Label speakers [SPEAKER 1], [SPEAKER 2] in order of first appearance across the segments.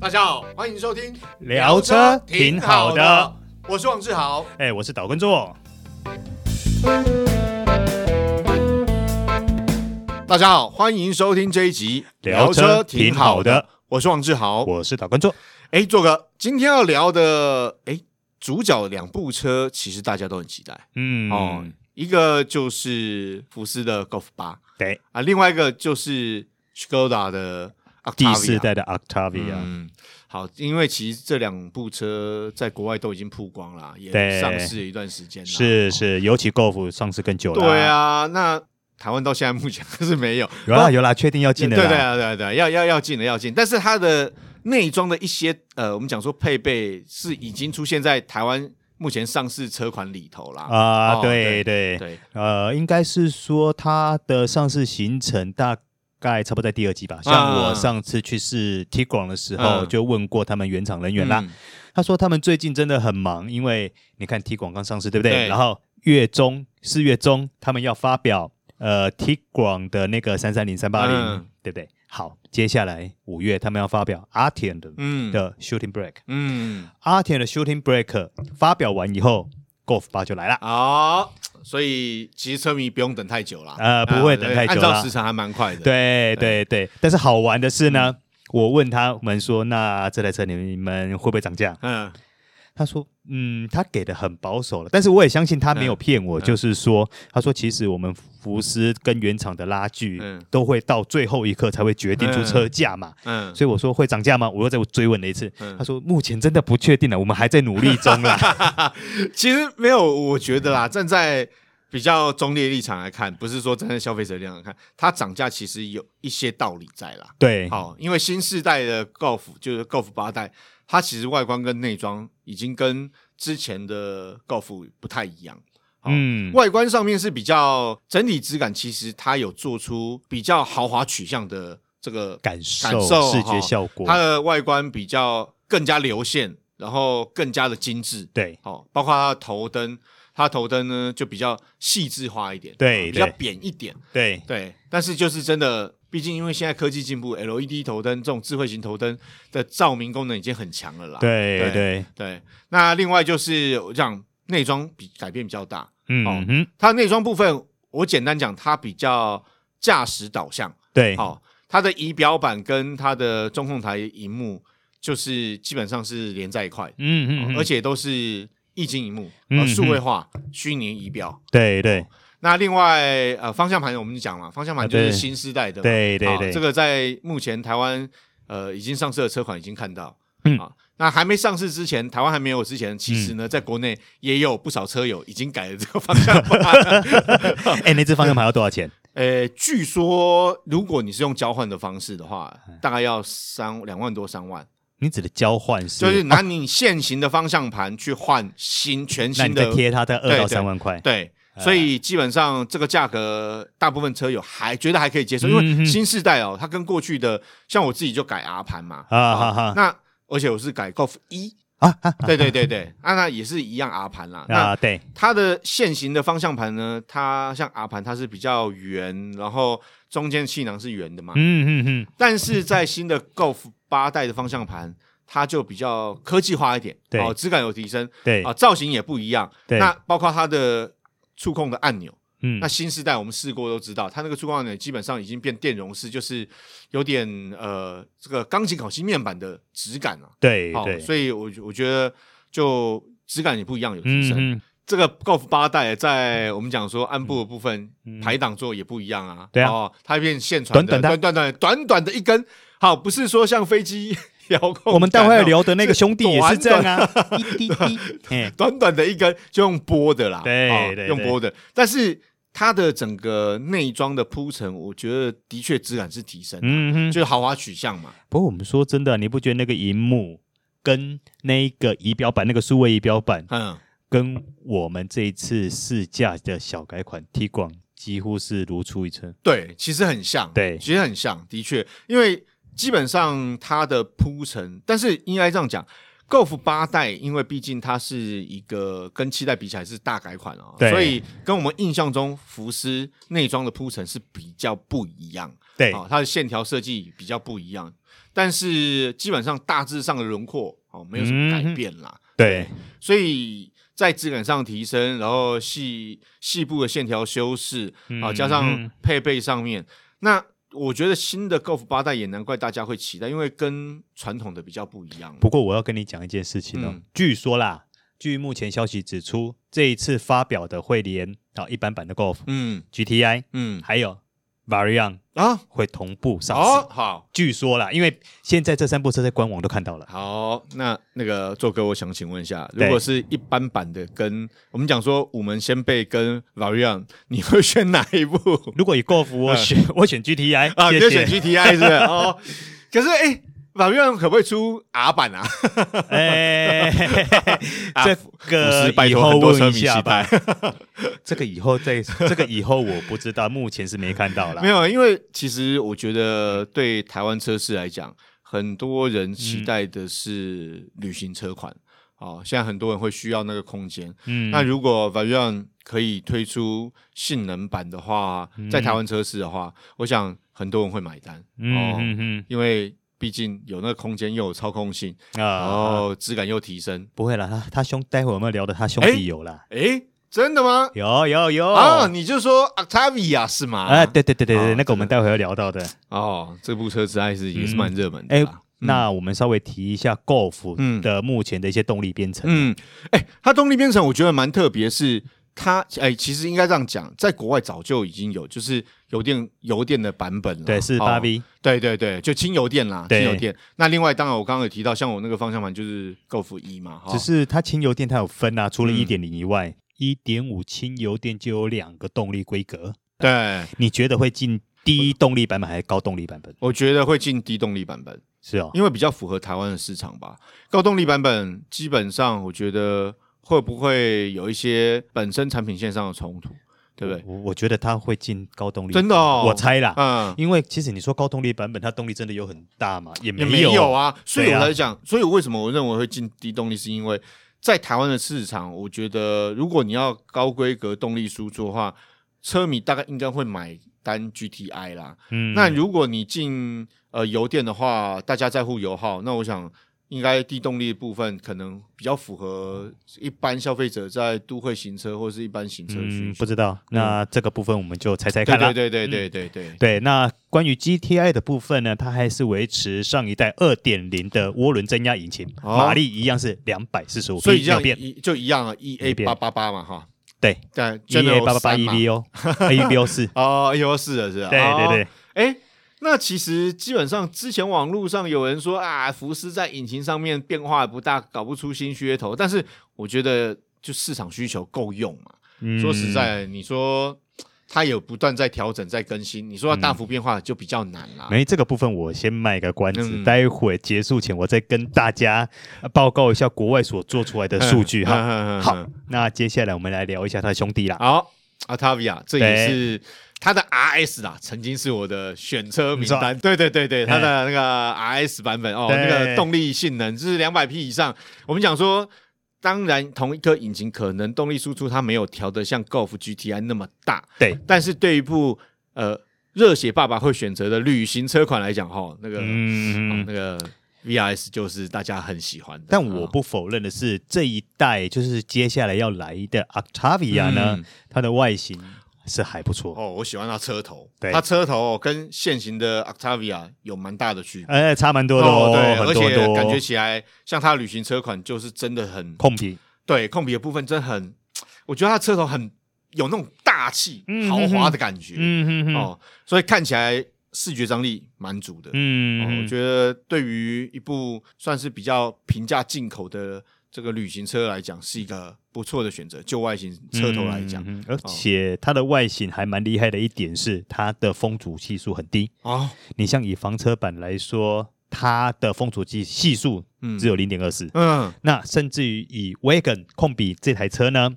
[SPEAKER 1] 大家好，欢迎收听
[SPEAKER 2] 聊车挺好的，，
[SPEAKER 1] 我是王志豪。
[SPEAKER 2] 哎、我是岛根座。
[SPEAKER 1] 大家好，欢迎收听这一集
[SPEAKER 2] 聊车挺好的，
[SPEAKER 1] 我是王志豪。
[SPEAKER 2] 我是岛根座。
[SPEAKER 1] 哎，做哥，今天要聊的哎，主角两部车其实大家都很期待
[SPEAKER 2] 嗯，
[SPEAKER 1] 哦
[SPEAKER 2] 哦，，
[SPEAKER 1] 一个就是福斯的 Golf 八，
[SPEAKER 2] 对
[SPEAKER 1] 啊，另外一个就是 Skoda 的 Octavia,
[SPEAKER 2] 第四代的啊 Octavia，、
[SPEAKER 1] 嗯，好，因为其实这两部车在国外都已经曝光了，也
[SPEAKER 2] 对
[SPEAKER 1] 上市一段时间了。
[SPEAKER 2] 是
[SPEAKER 1] 哦，
[SPEAKER 2] 是，尤其 Golf 上市更久了。
[SPEAKER 1] 对，啊，那台湾到现在目前还是没有
[SPEAKER 2] 有啦有啦，确定要 进的
[SPEAKER 1] 对对
[SPEAKER 2] 啦。
[SPEAKER 1] 啊对啊对啊，要要要进的要进，但是它的内装的一些呃，我们讲说配备是已经出现在台湾目前上市车款里头啦。
[SPEAKER 2] 啊，
[SPEAKER 1] 哦
[SPEAKER 2] 对
[SPEAKER 1] 对
[SPEAKER 2] 对，
[SPEAKER 1] 对，
[SPEAKER 2] 呃，应该是说它的上市行程大概差不多在第二季吧。像
[SPEAKER 1] 啊
[SPEAKER 2] 我上次去试 Tiguan 的时候，
[SPEAKER 1] 嗯
[SPEAKER 2] 就问过他们原厂人员啦，
[SPEAKER 1] 嗯
[SPEAKER 2] 他说他们最近真的很忙，因为你看 T 广刚上市，对不对？
[SPEAKER 1] 对
[SPEAKER 2] 然后月中四月中他们要发表呃 T 广的那个三三零三八零
[SPEAKER 1] 嗯，
[SPEAKER 2] 对不对？好，接下来五月他们要发表阿田的、
[SPEAKER 1] 嗯
[SPEAKER 2] 的 Shooting Break，
[SPEAKER 1] 嗯，
[SPEAKER 2] 阿田的 Shooting Break 发表完以后，Golf 八就来了。
[SPEAKER 1] 好，所以其实车迷不用等太久啦。啊
[SPEAKER 2] 呃不会等
[SPEAKER 1] 对
[SPEAKER 2] 太久
[SPEAKER 1] 按照
[SPEAKER 2] 啦
[SPEAKER 1] 时程还蛮快的。
[SPEAKER 2] 对对对，但是好玩的是呢，我问他们说，那这台车你们会不会涨价？
[SPEAKER 1] 嗯，
[SPEAKER 2] 他说：“嗯，他给的很保守了，但是我也相信他没有骗我，
[SPEAKER 1] 嗯
[SPEAKER 2] 就是说，他说其实我们福斯跟原厂的拉锯
[SPEAKER 1] 嗯
[SPEAKER 2] 都会到最后一刻才会决定出车价嘛。
[SPEAKER 1] 嗯
[SPEAKER 2] 所以我说会涨价吗？我又再追问了一次，
[SPEAKER 1] 嗯
[SPEAKER 2] 他说目前真的不确定了，我们还在努力 中啦。
[SPEAKER 1] 其实没有，我觉得啦，站在比较中立的立场来看，不是说站在消费者的立场来看，它涨价其实有一些道理在啦。
[SPEAKER 2] 对，
[SPEAKER 1] 好，因为新世代的 Golf 就是 Golf 八代，它其实外观跟内装已经跟之前的 Golf 不太一样。好
[SPEAKER 2] 嗯，
[SPEAKER 1] 外观上面是比较整体质感，其实它有做出比较豪华取向的这个
[SPEAKER 2] 感受、
[SPEAKER 1] 感受
[SPEAKER 2] 视
[SPEAKER 1] 哈
[SPEAKER 2] 觉效果，
[SPEAKER 1] 它的外观比较更加流线，然后更加的精致。
[SPEAKER 2] 对
[SPEAKER 1] 哦，包括它的头灯，它的头灯呢就比较细致化一点，
[SPEAKER 2] 对
[SPEAKER 1] 啊比较
[SPEAKER 2] 对
[SPEAKER 1] 扁一点，
[SPEAKER 2] 对
[SPEAKER 1] 对。但是就是真的，毕竟因为现在科技进步，LED 头灯这种智慧型头灯的照明功能已经很强了啦。
[SPEAKER 2] 对
[SPEAKER 1] 对
[SPEAKER 2] 对，
[SPEAKER 1] 对那另外就是我讲内装比改变比较大，哦
[SPEAKER 2] 嗯哼，
[SPEAKER 1] 它内装部分我简单讲，它比较驾驶导向，
[SPEAKER 2] 对
[SPEAKER 1] 好、它的仪表板跟它的中控台荧幕就是基本上是连在一块的。
[SPEAKER 2] 嗯嗯嗯，
[SPEAKER 1] 而且都是液晶荧幕，
[SPEAKER 2] 嗯
[SPEAKER 1] 呃，数位化、虚拟仪表。
[SPEAKER 2] 对对
[SPEAKER 1] 那另外，呃，方向盘我们就讲嘛，方向盘就
[SPEAKER 2] 啊
[SPEAKER 1] 是
[SPEAKER 2] 对
[SPEAKER 1] 新时代的嘛，
[SPEAKER 2] 对对
[SPEAKER 1] 啊
[SPEAKER 2] 对，
[SPEAKER 1] 这个在目前台湾呃已经上市的车款已经看到，
[SPEAKER 2] 嗯
[SPEAKER 1] 啊，那还没上市之前，台湾还没有之前，其实呢，在国内也有不少车友已经改了这个方向盘。
[SPEAKER 2] 哎，那只方向盘要多少钱？
[SPEAKER 1] 呃，据说如果你是用交换的方式的话，
[SPEAKER 2] 嗯
[SPEAKER 1] 大概要三两万多三万，
[SPEAKER 2] 你指的交换是？
[SPEAKER 1] 就是拿你现行的方向盘去换新全
[SPEAKER 2] 那
[SPEAKER 1] 新
[SPEAKER 2] 你
[SPEAKER 1] 的
[SPEAKER 2] 再贴它在二
[SPEAKER 1] 对
[SPEAKER 2] 到
[SPEAKER 1] 对
[SPEAKER 2] 三万块，
[SPEAKER 1] 对，所
[SPEAKER 2] 哎
[SPEAKER 1] 以基本上这个价格，大部分车友还觉得还可以接受，因
[SPEAKER 2] 嗯
[SPEAKER 1] 为
[SPEAKER 2] 哼
[SPEAKER 1] 新世代哦，它跟过去的，像我自己就改 R 盘嘛，
[SPEAKER 2] 啊哈哈
[SPEAKER 1] 那而且我是改 Golf 一啊，对对对对，啊那也是一样 R 盘啦。那
[SPEAKER 2] 啊，对，
[SPEAKER 1] 它的现行的方向盘呢，它像 R 盘它是比较圆，然后中间气囊是圆的嘛，
[SPEAKER 2] 嗯嗯嗯，
[SPEAKER 1] 但是在新的 Golf 八代的方向盘。它就比较科技化一点，
[SPEAKER 2] 对
[SPEAKER 1] 哦，质感有提升，
[SPEAKER 2] 对
[SPEAKER 1] 啊，造型也不一样。
[SPEAKER 2] 对
[SPEAKER 1] 那包括它的触控的按钮，
[SPEAKER 2] 嗯
[SPEAKER 1] 那新时代我们试过都知道，它那个触控按钮基本上已经变电容式，就是有点呃这个钢琴烤漆面板的质感了、
[SPEAKER 2] 对
[SPEAKER 1] 好、
[SPEAKER 2] 对，
[SPEAKER 1] 所以我我觉得就质感也不一样，有提升。
[SPEAKER 2] 嗯嗯，
[SPEAKER 1] 这个 Golf 八代在我们讲说暗部的部分、排档座也不一样啊，
[SPEAKER 2] 嗯对啊
[SPEAKER 1] 哦，它变现传的
[SPEAKER 2] 短短
[SPEAKER 1] 短短短短短的一根，好，不是说像飞机 遥控，哦
[SPEAKER 2] 我们待会儿。聊的那个兄弟也
[SPEAKER 1] 短
[SPEAKER 2] 是这样啊，滴 滴滴，哎，
[SPEAKER 1] 短短的一根就用拨的啦，
[SPEAKER 2] 对
[SPEAKER 1] 哦
[SPEAKER 2] 对
[SPEAKER 1] 用拨的。但是它的整个内装的铺陈，我觉得的确质感是提升，
[SPEAKER 2] 嗯哼。
[SPEAKER 1] 就是豪华取向嘛。
[SPEAKER 2] 不过我们说真的，你不觉得那个荧幕跟那个仪表板，那个数位仪表板，
[SPEAKER 1] 嗯，
[SPEAKER 2] 跟我们这一次试驾的小改款 T 广几乎是如出一辙？
[SPEAKER 1] 对，其实很像，
[SPEAKER 2] 对
[SPEAKER 1] 其实很像，的确，因为基本上它的铺陈，但是应该这样讲 Golf 八代，因为毕竟它是一个跟七代比起来是大改款啊、
[SPEAKER 2] 对
[SPEAKER 1] 所以跟我们印象中福斯内装的铺陈是比较不一样，
[SPEAKER 2] 对
[SPEAKER 1] 啊、它的线条设计比较不一样，但是基本上大致上的轮廓哦没有什么改变啦，
[SPEAKER 2] 对
[SPEAKER 1] 所以在质感上提升，然后细细部的线条修饰啊，
[SPEAKER 2] 嗯
[SPEAKER 1] 加上配备上面，那我觉得新的 Golf 八代也难怪大家会期待，因为跟传统的比较不一样。
[SPEAKER 2] 不过我要跟你讲一件事情哦，
[SPEAKER 1] 嗯
[SPEAKER 2] 据说啦，据目前消息指出，这一次发表的会连啊一般版的 Golf、
[SPEAKER 1] 嗯
[SPEAKER 2] GTI
[SPEAKER 1] 嗯
[SPEAKER 2] 还有 Variant
[SPEAKER 1] 啊，
[SPEAKER 2] 会同步上市。
[SPEAKER 1] 哦，好
[SPEAKER 2] 据说啦，因为现在这三部车在官网都看到了，
[SPEAKER 1] 好，那那个做哥，我想请问一下，
[SPEAKER 2] 对
[SPEAKER 1] 如果是一般版的跟我们讲说五门先辈跟 Variant，你会选哪一 部？
[SPEAKER 2] 如果以 Golf 我选、 我选 GTI
[SPEAKER 1] 嗯啊，你
[SPEAKER 2] 谢
[SPEAKER 1] 就
[SPEAKER 2] 谢
[SPEAKER 1] 选 GTI 是不是？哦，可是哎。法院可不可以出 R 版 啊？
[SPEAKER 2] 哎，
[SPEAKER 1] 啊
[SPEAKER 2] 这
[SPEAKER 1] 福
[SPEAKER 2] 个
[SPEAKER 1] 斯拜
[SPEAKER 2] 以
[SPEAKER 1] 托
[SPEAKER 2] 后
[SPEAKER 1] 很多车
[SPEAKER 2] 问一
[SPEAKER 1] 迷
[SPEAKER 2] 下
[SPEAKER 1] 期
[SPEAKER 2] 吧
[SPEAKER 1] 待。
[SPEAKER 2] 这个以后再，这个以后我不知道，目前是没看到啦。
[SPEAKER 1] 没有，因为其实我觉得对台湾车市来讲，很多人
[SPEAKER 2] 嗯
[SPEAKER 1] 期待的是旅行车款。哦，现在很多人会需要那个空间。
[SPEAKER 2] 嗯，
[SPEAKER 1] 那如果 Varian 可以推出性能版的话，在台湾车市的话，我想很多人会买单。
[SPEAKER 2] 嗯
[SPEAKER 1] 哦，
[SPEAKER 2] 嗯
[SPEAKER 1] 因为毕竟有那个空间，又有操控性，
[SPEAKER 2] 嗯
[SPEAKER 1] 然
[SPEAKER 2] 啊，
[SPEAKER 1] 后质感又提升。
[SPEAKER 2] 不会啦，他他兄，待会我们聊的他兄
[SPEAKER 1] 哎
[SPEAKER 2] 弟有啦，
[SPEAKER 1] 诶，真的吗？
[SPEAKER 2] 有有有
[SPEAKER 1] 啊，你就说 Octavia 是吗？
[SPEAKER 2] 哦啊，对对对对
[SPEAKER 1] 啊
[SPEAKER 2] 对，那
[SPEAKER 1] 这
[SPEAKER 2] 个我们待会要聊到的。
[SPEAKER 1] 哦，这部车子还是也是蛮热门的
[SPEAKER 2] 哎
[SPEAKER 1] 啦。，
[SPEAKER 2] 那我们稍微提一下 Golf
[SPEAKER 1] 嗯
[SPEAKER 2] 的目前的一些动力编程。
[SPEAKER 1] 嗯，哎、它动力编程我觉得蛮特别，是它哎、其实应该这样讲，在国外早就已经有，就是油电油电的版本了，哦
[SPEAKER 2] 对，是八 V，
[SPEAKER 1] 对对对，就轻油电啦，
[SPEAKER 2] 对
[SPEAKER 1] 轻油电。那另外，当然我刚刚有提到，像我那个方向盘就是 Golf 一嘛，哈、
[SPEAKER 2] 只是它轻油电它有分啊，除了
[SPEAKER 1] 嗯
[SPEAKER 2] 一点零以外，一点五轻油电就有两个动力规格。
[SPEAKER 1] 对，
[SPEAKER 2] 你觉得会进低动力版本还是高动力版本？
[SPEAKER 1] 我觉得会进低动力版本，
[SPEAKER 2] 是哦，
[SPEAKER 1] 因为比较符合台湾的市场吧。高动力版本基本上，我觉得会不会有一些本身产品线上的冲突，对不对？
[SPEAKER 2] 我我觉得它会进高动力，
[SPEAKER 1] 真的哦
[SPEAKER 2] 我猜啦，
[SPEAKER 1] 嗯，
[SPEAKER 2] 因为其实你说高动力版本它动力真的有很大嘛，也没
[SPEAKER 1] 也没有
[SPEAKER 2] 啊，
[SPEAKER 1] 啊，所以
[SPEAKER 2] 对
[SPEAKER 1] 我
[SPEAKER 2] 啊
[SPEAKER 1] 才讲，所以为什么我认为会进低动力，是因为在台湾的市场，我觉得如果你要高规格动力输出的话，车迷大概应该会买单 GTI 啦。
[SPEAKER 2] 嗯
[SPEAKER 1] 那如果你进呃油电的话，大家在乎油耗，那我想。应该低动力的部分可能比较符合一般消费者在都会行车或是一般行车的需
[SPEAKER 2] 嗯
[SPEAKER 1] 求。
[SPEAKER 2] 不知道，那这个部分我们就猜猜
[SPEAKER 1] 对
[SPEAKER 2] 看啦。嗯
[SPEAKER 1] 对对对对对对，
[SPEAKER 2] 对，那关于 GTI 的部分呢，它还是维持上一代二点零的涡轮增压引擎，
[SPEAKER 1] 哦
[SPEAKER 2] 马力一样是两百四十五
[SPEAKER 1] 所以
[SPEAKER 2] 匹，
[SPEAKER 1] 这
[SPEAKER 2] 没有
[SPEAKER 1] 样
[SPEAKER 2] 变。
[SPEAKER 1] 一就一样啊，E A
[SPEAKER 2] 没变
[SPEAKER 1] 八八八嘛哈，
[SPEAKER 2] 对
[SPEAKER 1] 但
[SPEAKER 2] E A
[SPEAKER 1] General
[SPEAKER 2] 八八八
[SPEAKER 1] 3
[SPEAKER 2] E
[SPEAKER 1] 嘛
[SPEAKER 2] V O E V O 四，
[SPEAKER 1] 哦，优势了是吧？
[SPEAKER 2] 对对对
[SPEAKER 1] 哦。，哎、那其实基本上之前网络上有人说啊，福斯在引擎上面变化不大，搞不出新噱头。但是我觉得就市场需求够用嘛。
[SPEAKER 2] 嗯
[SPEAKER 1] 说实，在，你说它有不断在调整、在更新，你说要大幅变化就比较难啦。
[SPEAKER 2] 嗯 没这个部分我先卖个关子，
[SPEAKER 1] 啊嗯
[SPEAKER 2] 待会结束前我再跟大家呃报告一下国外所做出来的数据哈。
[SPEAKER 1] 哈
[SPEAKER 2] 好，那接下来我们来聊一下他的兄弟啦。
[SPEAKER 1] 嗯好。阿塔维亚，这
[SPEAKER 2] 对
[SPEAKER 1] 也是它的 RS 啦，曾经是我的选车名
[SPEAKER 2] 你
[SPEAKER 1] 单。对对对对，它的那个 RS 版本哦，
[SPEAKER 2] 哎对
[SPEAKER 1] 那个动力性能就是两百匹以上。我们讲说，当然同一颗引擎可能动力输出它没有调的像 Golf GTI 那么大，
[SPEAKER 2] 对，
[SPEAKER 1] 但是对一部呃热血爸爸会选择的旅行车款来讲，哈、那个、哦
[SPEAKER 2] 嗯，
[SPEAKER 1] 那个 VRS 就是大家很喜欢的。
[SPEAKER 2] 但我
[SPEAKER 1] 哦
[SPEAKER 2] 不否认的是，这一代就是接下来要来的 Octavia 呢
[SPEAKER 1] 嗯，
[SPEAKER 2] 它的外形是还不错。
[SPEAKER 1] 哦，我喜欢它车头，
[SPEAKER 2] 对
[SPEAKER 1] 它车头、哦、跟现行的 Octavia 有蛮大的区别。
[SPEAKER 2] 哎，差蛮多的哦，
[SPEAKER 1] 对，
[SPEAKER 2] 很
[SPEAKER 1] 而
[SPEAKER 2] 多很
[SPEAKER 1] 且
[SPEAKER 2] 多
[SPEAKER 1] 感觉起来，像它的旅行车款就是真的很
[SPEAKER 2] 控皮，
[SPEAKER 1] 对控比的部分，真的很，我觉得它车头很有那种大气、
[SPEAKER 2] 嗯
[SPEAKER 1] 豪
[SPEAKER 2] 哼
[SPEAKER 1] 华的感觉、
[SPEAKER 2] 嗯哼，
[SPEAKER 1] 哦，所以看起来视觉张力蛮足的。哦，我
[SPEAKER 2] 嗯，
[SPEAKER 1] 觉得对于一部算是比较平价进口的这个旅行车来讲，是一个不错的选择。就外形车头来讲，哦
[SPEAKER 2] 嗯，嗯而且它的外形还蛮厉害的一点是，它的风阻系数很低。
[SPEAKER 1] 哦，
[SPEAKER 2] 你像以房车版来说，它的风阻系系数
[SPEAKER 1] 嗯
[SPEAKER 2] 只有零点二四，
[SPEAKER 1] 嗯，
[SPEAKER 2] 那甚至于以 Wagon 控比这台车呢，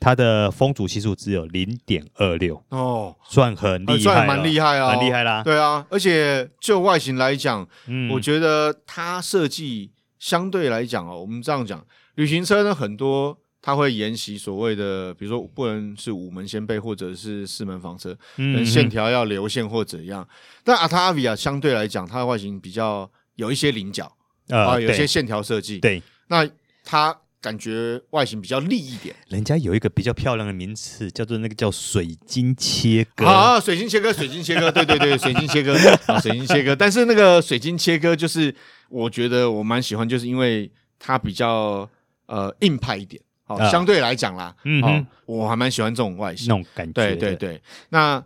[SPEAKER 2] 它的风阻系数只有零点二六，
[SPEAKER 1] 哦，
[SPEAKER 2] 算很厉害
[SPEAKER 1] 呃
[SPEAKER 2] 了，
[SPEAKER 1] 算蛮厉害啊，
[SPEAKER 2] 蛮厉害啦。
[SPEAKER 1] 对啊，而且就外形来讲，
[SPEAKER 2] 嗯
[SPEAKER 1] 我觉得它设计相对来讲哦，我们这样讲，旅行车呢很多它会沿袭所谓的，比如说不能是五门掀背或者是四门房车，可
[SPEAKER 2] 嗯
[SPEAKER 1] 能线条要流线或怎样。但阿塔阿比亚相对来讲，它的外形比较有一些棱角啊、
[SPEAKER 2] 呃，
[SPEAKER 1] 有一些
[SPEAKER 2] 对
[SPEAKER 1] 线条设计，
[SPEAKER 2] 对，
[SPEAKER 1] 那它感觉外形比较立一点
[SPEAKER 2] 人家有一个比较漂亮的名词，叫做那个叫水晶切割。
[SPEAKER 1] 啊，水晶切割，水晶切割，对对对，水晶切割啊，水晶切割。但是那个水晶切割，就是我觉得我蛮喜欢，就是因为它比较呃硬派一点，好、
[SPEAKER 2] 啊
[SPEAKER 1] 相对来讲啦，
[SPEAKER 2] 嗯
[SPEAKER 1] 好、
[SPEAKER 2] 哼
[SPEAKER 1] 我还蛮喜欢这种外形
[SPEAKER 2] 那。种感觉，
[SPEAKER 1] 对对，对，那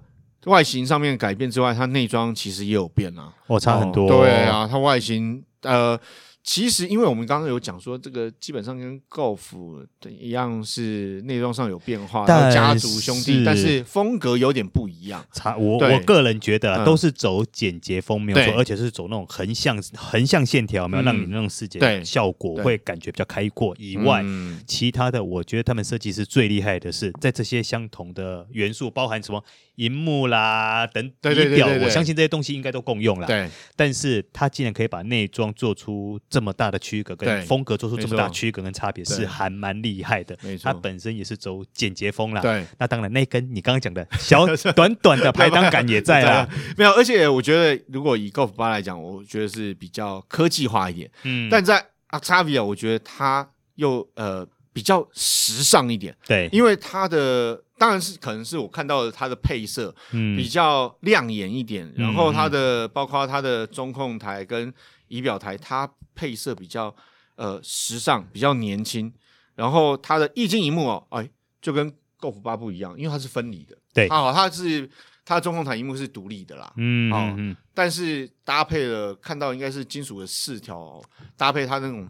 [SPEAKER 1] 外形上面改变之外，它内装其实也有变啊，
[SPEAKER 2] 哦，差很多、
[SPEAKER 1] 哦对，啊，它外形呃，其实因为我们刚刚有讲说，这个基本上跟 Golf 的一样是内装上有变化，
[SPEAKER 2] 但
[SPEAKER 1] 然后家族兄弟
[SPEAKER 2] 是，
[SPEAKER 1] 但是风格有点不一样。
[SPEAKER 2] 差我
[SPEAKER 1] 对
[SPEAKER 2] 我个人觉得啊
[SPEAKER 1] 嗯
[SPEAKER 2] 都是走简洁风没有
[SPEAKER 1] 对
[SPEAKER 2] 错，而且是走那种横向横向线条，有没有
[SPEAKER 1] 嗯
[SPEAKER 2] 让你那种视觉
[SPEAKER 1] 对
[SPEAKER 2] 效果
[SPEAKER 1] 对
[SPEAKER 2] 会感觉比较开阔以外。
[SPEAKER 1] 嗯
[SPEAKER 2] 其他的，我觉得他们设计师最厉害的是在这些相同的元素，包含什么荧幕啦等仪
[SPEAKER 1] 对对对
[SPEAKER 2] 表，
[SPEAKER 1] 对对
[SPEAKER 2] 我相信这些东西应该都共用啦。
[SPEAKER 1] 对
[SPEAKER 2] 但是他竟然可以把内装做出这么大的区隔，跟
[SPEAKER 1] 对
[SPEAKER 2] 风格做出这么大
[SPEAKER 1] 没错
[SPEAKER 2] 区隔跟差别，
[SPEAKER 1] 对
[SPEAKER 2] 是还蛮厉害的
[SPEAKER 1] 没。错
[SPEAKER 2] 他本身也是走简洁风啦。
[SPEAKER 1] 对，
[SPEAKER 2] 那当然，那根你刚刚讲的 小短短的排档杆也在啦。
[SPEAKER 1] 没有，而且我觉得如果以 Golf 八来讲，我觉得是比较科技化一点，
[SPEAKER 2] 嗯，
[SPEAKER 1] 但在 Octavia 我觉得它又呃比较时尚一点，
[SPEAKER 2] 对，
[SPEAKER 1] 因为它的当然是可能是我看到的它的配色，比
[SPEAKER 2] 嗯，
[SPEAKER 1] 较亮眼一点，然后它的包括它的中控台跟仪表台，它配色比较呃时尚，比较年轻，然后它的液晶荧幕哦，哎，就跟 Golf 八不一样，因为它是分离的，
[SPEAKER 2] 对
[SPEAKER 1] 它好，它是它的中控台荧幕是独立的啦，
[SPEAKER 2] 嗯
[SPEAKER 1] 哦
[SPEAKER 2] 嗯，
[SPEAKER 1] 但是搭配了看到应该是金属的饰条、哦，搭配它那种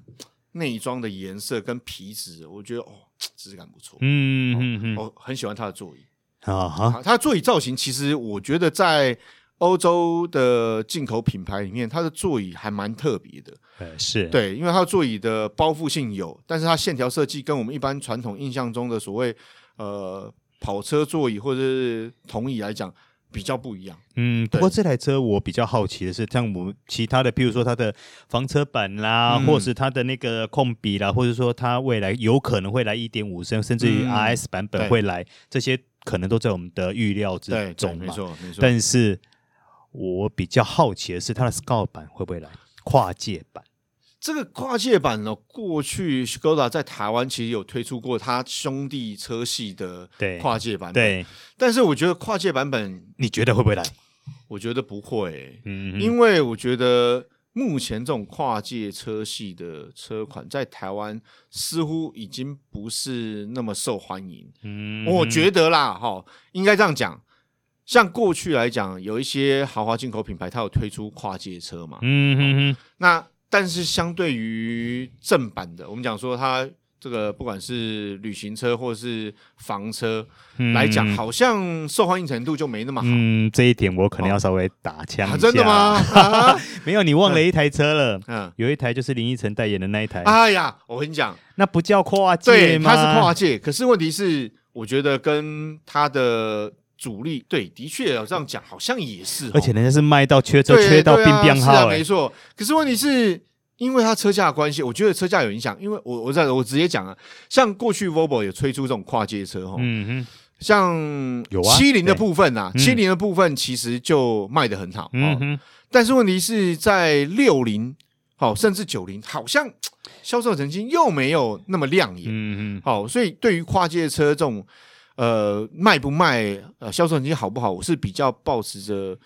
[SPEAKER 1] 内装的颜色跟皮质，我觉得哦质感不错，
[SPEAKER 2] 嗯嗯嗯嗯，
[SPEAKER 1] 我很喜欢它的座椅。
[SPEAKER 2] 啊哈，
[SPEAKER 1] 啊，它的座椅造型其实我觉得在欧洲的进口品牌里面，它的座椅还蛮特别的。
[SPEAKER 2] 呃是，，
[SPEAKER 1] 对，因为它的座椅的包覆性有，但是它线条设计跟我们一般传统印象中的所谓呃跑车座椅或者是同椅来讲比较不一样。
[SPEAKER 2] 嗯，不
[SPEAKER 1] 对
[SPEAKER 2] 过这台车我比较好奇的是，像我们其他的，譬如说它的房车版啦，
[SPEAKER 1] 嗯
[SPEAKER 2] 或是它的那个控比啦，或者说它未来有可能会来一点五升，甚至于
[SPEAKER 1] 嗯
[SPEAKER 2] RS 版本
[SPEAKER 1] 对
[SPEAKER 2] 会来，这些可能都在我们的预料之
[SPEAKER 1] 对，对
[SPEAKER 2] 中
[SPEAKER 1] 没
[SPEAKER 2] 嘛。
[SPEAKER 1] 错，没错。
[SPEAKER 2] 但是我比较好奇的是，它的 Scout 版会不会来跨界版？
[SPEAKER 1] 这个跨界版呢，过去 Skoda 在台湾其实有推出过它兄弟车系的
[SPEAKER 2] 对
[SPEAKER 1] 跨界版本，
[SPEAKER 2] 对，
[SPEAKER 1] 但是我觉得跨界版本，
[SPEAKER 2] 你觉得会不会来？
[SPEAKER 1] 我觉得不会、欸。
[SPEAKER 2] 嗯，
[SPEAKER 1] 因为我觉得目前这种跨界车系的车款在台湾似乎已经不是那么受欢迎，
[SPEAKER 2] 嗯
[SPEAKER 1] 我
[SPEAKER 2] 得
[SPEAKER 1] 觉得啦，哈，应该这样讲。像过去来讲，有一些豪华进口品牌，它有推出跨界车嘛，
[SPEAKER 2] 嗯哼哼，
[SPEAKER 1] 那但是相对于正版的，我们讲说它这个不管是旅行车或是房车
[SPEAKER 2] 嗯
[SPEAKER 1] 来讲，好像受欢迎程度就没那么好。
[SPEAKER 2] 嗯，这一点我可能要稍微打枪、
[SPEAKER 1] 哦啊、真的？吗？啊、
[SPEAKER 2] 没有，你忘了一台车了，
[SPEAKER 1] 嗯，
[SPEAKER 2] 有一台就是林依晨代言的那一台，
[SPEAKER 1] 哎呀，我跟你讲，
[SPEAKER 2] 那不叫跨界
[SPEAKER 1] 对，
[SPEAKER 2] 吗？
[SPEAKER 1] 它是跨界，可是问题是，我觉得跟它的主力，对，的确要这样讲，好像也是哦，
[SPEAKER 2] 而且人家是卖到缺车，
[SPEAKER 1] 对
[SPEAKER 2] 缺到
[SPEAKER 1] 对
[SPEAKER 2] 病
[SPEAKER 1] 啊
[SPEAKER 2] 病
[SPEAKER 1] 是
[SPEAKER 2] 号、
[SPEAKER 1] 啊，
[SPEAKER 2] 哎、
[SPEAKER 1] 没错。可是问题是。因为它车价的关系，我觉得车价有影响。因为我我在我直接讲啊，像过去 Volvo 有推出这种跨界车哈，
[SPEAKER 2] 嗯哼，
[SPEAKER 1] 像
[SPEAKER 2] 有啊
[SPEAKER 1] 七零的
[SPEAKER 2] 对
[SPEAKER 1] 部分啊，
[SPEAKER 2] 嗯
[SPEAKER 1] 七零的部分其实就卖的很好、
[SPEAKER 2] 嗯
[SPEAKER 1] 哦。
[SPEAKER 2] 哼，
[SPEAKER 1] 但是问题是在六零，好甚至九零，好像销售成绩又没有那么亮眼。
[SPEAKER 2] 嗯哼，
[SPEAKER 1] 好，所以对于跨界车这种，呃，卖不卖，呃，销售成绩好不好，我是比较抱持着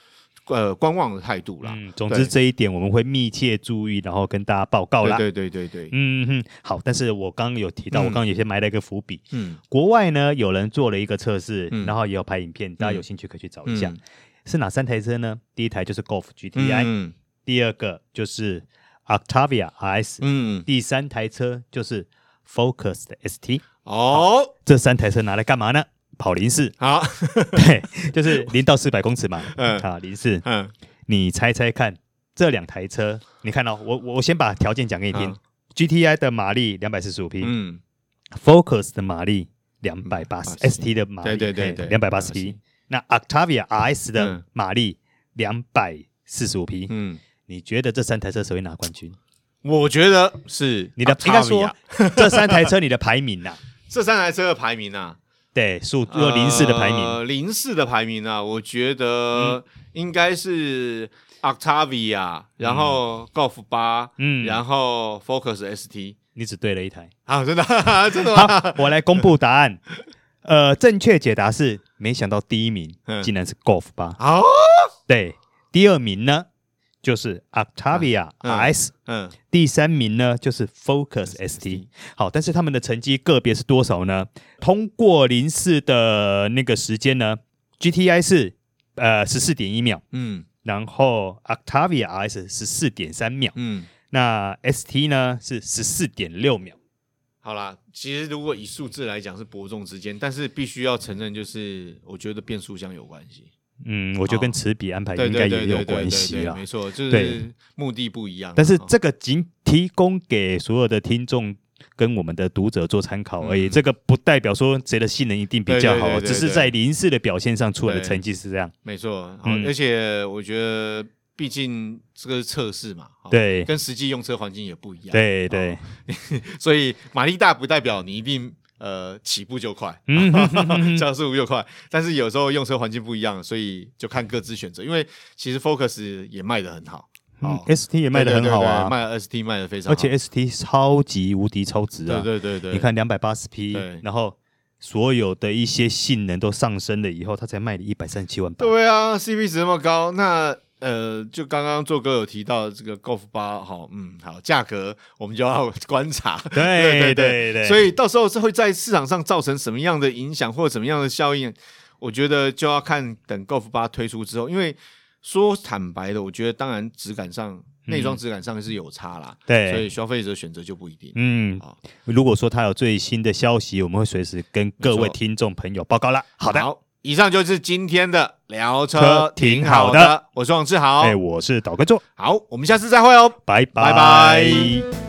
[SPEAKER 1] 呃观望的态度啦。
[SPEAKER 2] 嗯，总
[SPEAKER 1] 对
[SPEAKER 2] 之这一点我们会密切注意，然后跟大家报告啦。
[SPEAKER 1] 对对对对对，
[SPEAKER 2] 嗯哼，好，但是我刚刚有提到，我
[SPEAKER 1] 嗯
[SPEAKER 2] 刚刚有些埋了一个伏笔。
[SPEAKER 1] 嗯，
[SPEAKER 2] 国外呢，有人做了一个测试，
[SPEAKER 1] 嗯
[SPEAKER 2] 然后也有拍影片，大家有兴趣可以去找一下。
[SPEAKER 1] 嗯
[SPEAKER 2] 是哪三台车呢？第一台就是 Golf GTI，、
[SPEAKER 1] 嗯
[SPEAKER 2] 第二个就是 Octavia RS，、
[SPEAKER 1] 嗯，
[SPEAKER 2] 第三台车就是 Focus 的 ST。
[SPEAKER 1] 哦，，
[SPEAKER 2] 这三台车拿来干嘛呢？跑零四
[SPEAKER 1] 好，
[SPEAKER 2] 对，就是零到四百公尺嘛。
[SPEAKER 1] 嗯
[SPEAKER 2] 啊，零四，
[SPEAKER 1] 嗯，
[SPEAKER 2] 你猜猜看，这两台车，你看哦，我我我先把条件讲给你听
[SPEAKER 1] 好。
[SPEAKER 2] GTI 的马力两百四十五匹，
[SPEAKER 1] 嗯，
[SPEAKER 2] Focus 的马力两百八十
[SPEAKER 1] 80
[SPEAKER 2] ，ST 的马力
[SPEAKER 1] 对对对
[SPEAKER 2] 两
[SPEAKER 1] 对
[SPEAKER 2] 百八十匹。那 Octavia RS 的
[SPEAKER 1] 嗯
[SPEAKER 2] 马力两百四十五匹。
[SPEAKER 1] 嗯，
[SPEAKER 2] 你觉得这三台车谁会拿冠军？
[SPEAKER 1] 我觉得是啊
[SPEAKER 2] 你的
[SPEAKER 1] Octavia
[SPEAKER 2] 应该说 这三台车你的排名呐，
[SPEAKER 1] 这三台车的排名啊，
[SPEAKER 2] 对，数若零四的排名，嗯
[SPEAKER 1] 呃，零四的排名啊，我觉得应该是 Octavia，然后 Golf 八，
[SPEAKER 2] 嗯，
[SPEAKER 1] 然后 Focus ST。
[SPEAKER 2] 你只对了一台。
[SPEAKER 1] 啊，真的 真的吗？
[SPEAKER 2] 好，我来公布答 案。呃，正确解答是，没想到第一名
[SPEAKER 1] 嗯
[SPEAKER 2] 竟然是 Golf 八，
[SPEAKER 1] 好，
[SPEAKER 2] 对，第二名呢就是 Octavia
[SPEAKER 1] 嗯
[SPEAKER 2] RS，
[SPEAKER 1] 嗯，
[SPEAKER 2] 第三名呢就是 Focus ST。好，但是他们的成绩个别是多少呢？通过零四的那个时间呢，GTI 是呃十四点一秒，
[SPEAKER 1] 嗯
[SPEAKER 2] 然后 Octavia RS 十四点三秒，
[SPEAKER 1] 嗯，
[SPEAKER 2] 那 ST 呢是十四点六秒。
[SPEAKER 1] 好啦，其实如果以数字来讲是伯仲之间，但是必须要承认，就是我觉得变速箱有关系，
[SPEAKER 2] 嗯，我觉得跟齿比安排
[SPEAKER 1] 哦对
[SPEAKER 2] 应该
[SPEAKER 1] 对对
[SPEAKER 2] 也
[SPEAKER 1] 对
[SPEAKER 2] 有
[SPEAKER 1] 对对
[SPEAKER 2] 关系啊
[SPEAKER 1] 对，
[SPEAKER 2] 啦
[SPEAKER 1] 没。错，就
[SPEAKER 2] 对
[SPEAKER 1] 是目的不一样啊。
[SPEAKER 2] 但是
[SPEAKER 1] 哦
[SPEAKER 2] 这个仅提供给所有的听众跟我们的读者做参考而已，
[SPEAKER 1] 嗯
[SPEAKER 2] 这个不代表说谁的性能一定比较好，
[SPEAKER 1] 对对对对
[SPEAKER 2] 只是在零四的表现上出来的成绩是这样。
[SPEAKER 1] 没错，好，
[SPEAKER 2] 嗯
[SPEAKER 1] 而且我觉得，毕竟这个是测试嘛，哦
[SPEAKER 2] 对
[SPEAKER 1] 跟实际用车环境也不一样，，
[SPEAKER 2] 对对，嗯
[SPEAKER 1] 所以马力大不代表你一定呃起步就快，
[SPEAKER 2] 嗯哼哼哼 哼
[SPEAKER 1] 加速度就快，但是有时候用车环境不一样，所以就看各自选择。因为其实 Focus 也卖的很好，
[SPEAKER 2] 嗯
[SPEAKER 1] 哦
[SPEAKER 2] ，ST 也卖的很
[SPEAKER 1] 对
[SPEAKER 2] 好
[SPEAKER 1] 对对对
[SPEAKER 2] 啊，
[SPEAKER 1] 卖 ST 卖的非常好，
[SPEAKER 2] 而且 ST 超级无敌超值
[SPEAKER 1] 对
[SPEAKER 2] 啊！
[SPEAKER 1] 对对对，
[SPEAKER 2] 你看两百八十匹
[SPEAKER 1] 对，
[SPEAKER 2] 然后所有的一些性能都上升了以后，它才卖了一百三十七万八。
[SPEAKER 1] 对啊，CP 值那么高，那呃，就刚刚做哥有提到这个 Golf 八，好，嗯，好，价格我们就要观察，
[SPEAKER 2] 对
[SPEAKER 1] 哎对
[SPEAKER 2] 对对
[SPEAKER 1] 所以到时候是会在市场上造成什么样的影响或者什么样的效应，我觉得就要看等 Golf 八推出之后，因为说坦白的，我觉得当然质感上。内装质感上是有差啦，
[SPEAKER 2] 嗯对
[SPEAKER 1] 所以消费者选择就不一定。
[SPEAKER 2] 嗯
[SPEAKER 1] 好，
[SPEAKER 2] 如果说他有最新的消息，我们会随时跟各位
[SPEAKER 1] 没错
[SPEAKER 2] 听众朋友报告啦。好的，
[SPEAKER 1] 以上就是今天的聊车
[SPEAKER 2] 车，挺
[SPEAKER 1] 挺
[SPEAKER 2] 好
[SPEAKER 1] 好
[SPEAKER 2] 的哎
[SPEAKER 1] 的。我是王志豪
[SPEAKER 2] 哎、，我是导观众，
[SPEAKER 1] 好，我们下次再会哦。
[SPEAKER 2] 拜
[SPEAKER 1] 拜拜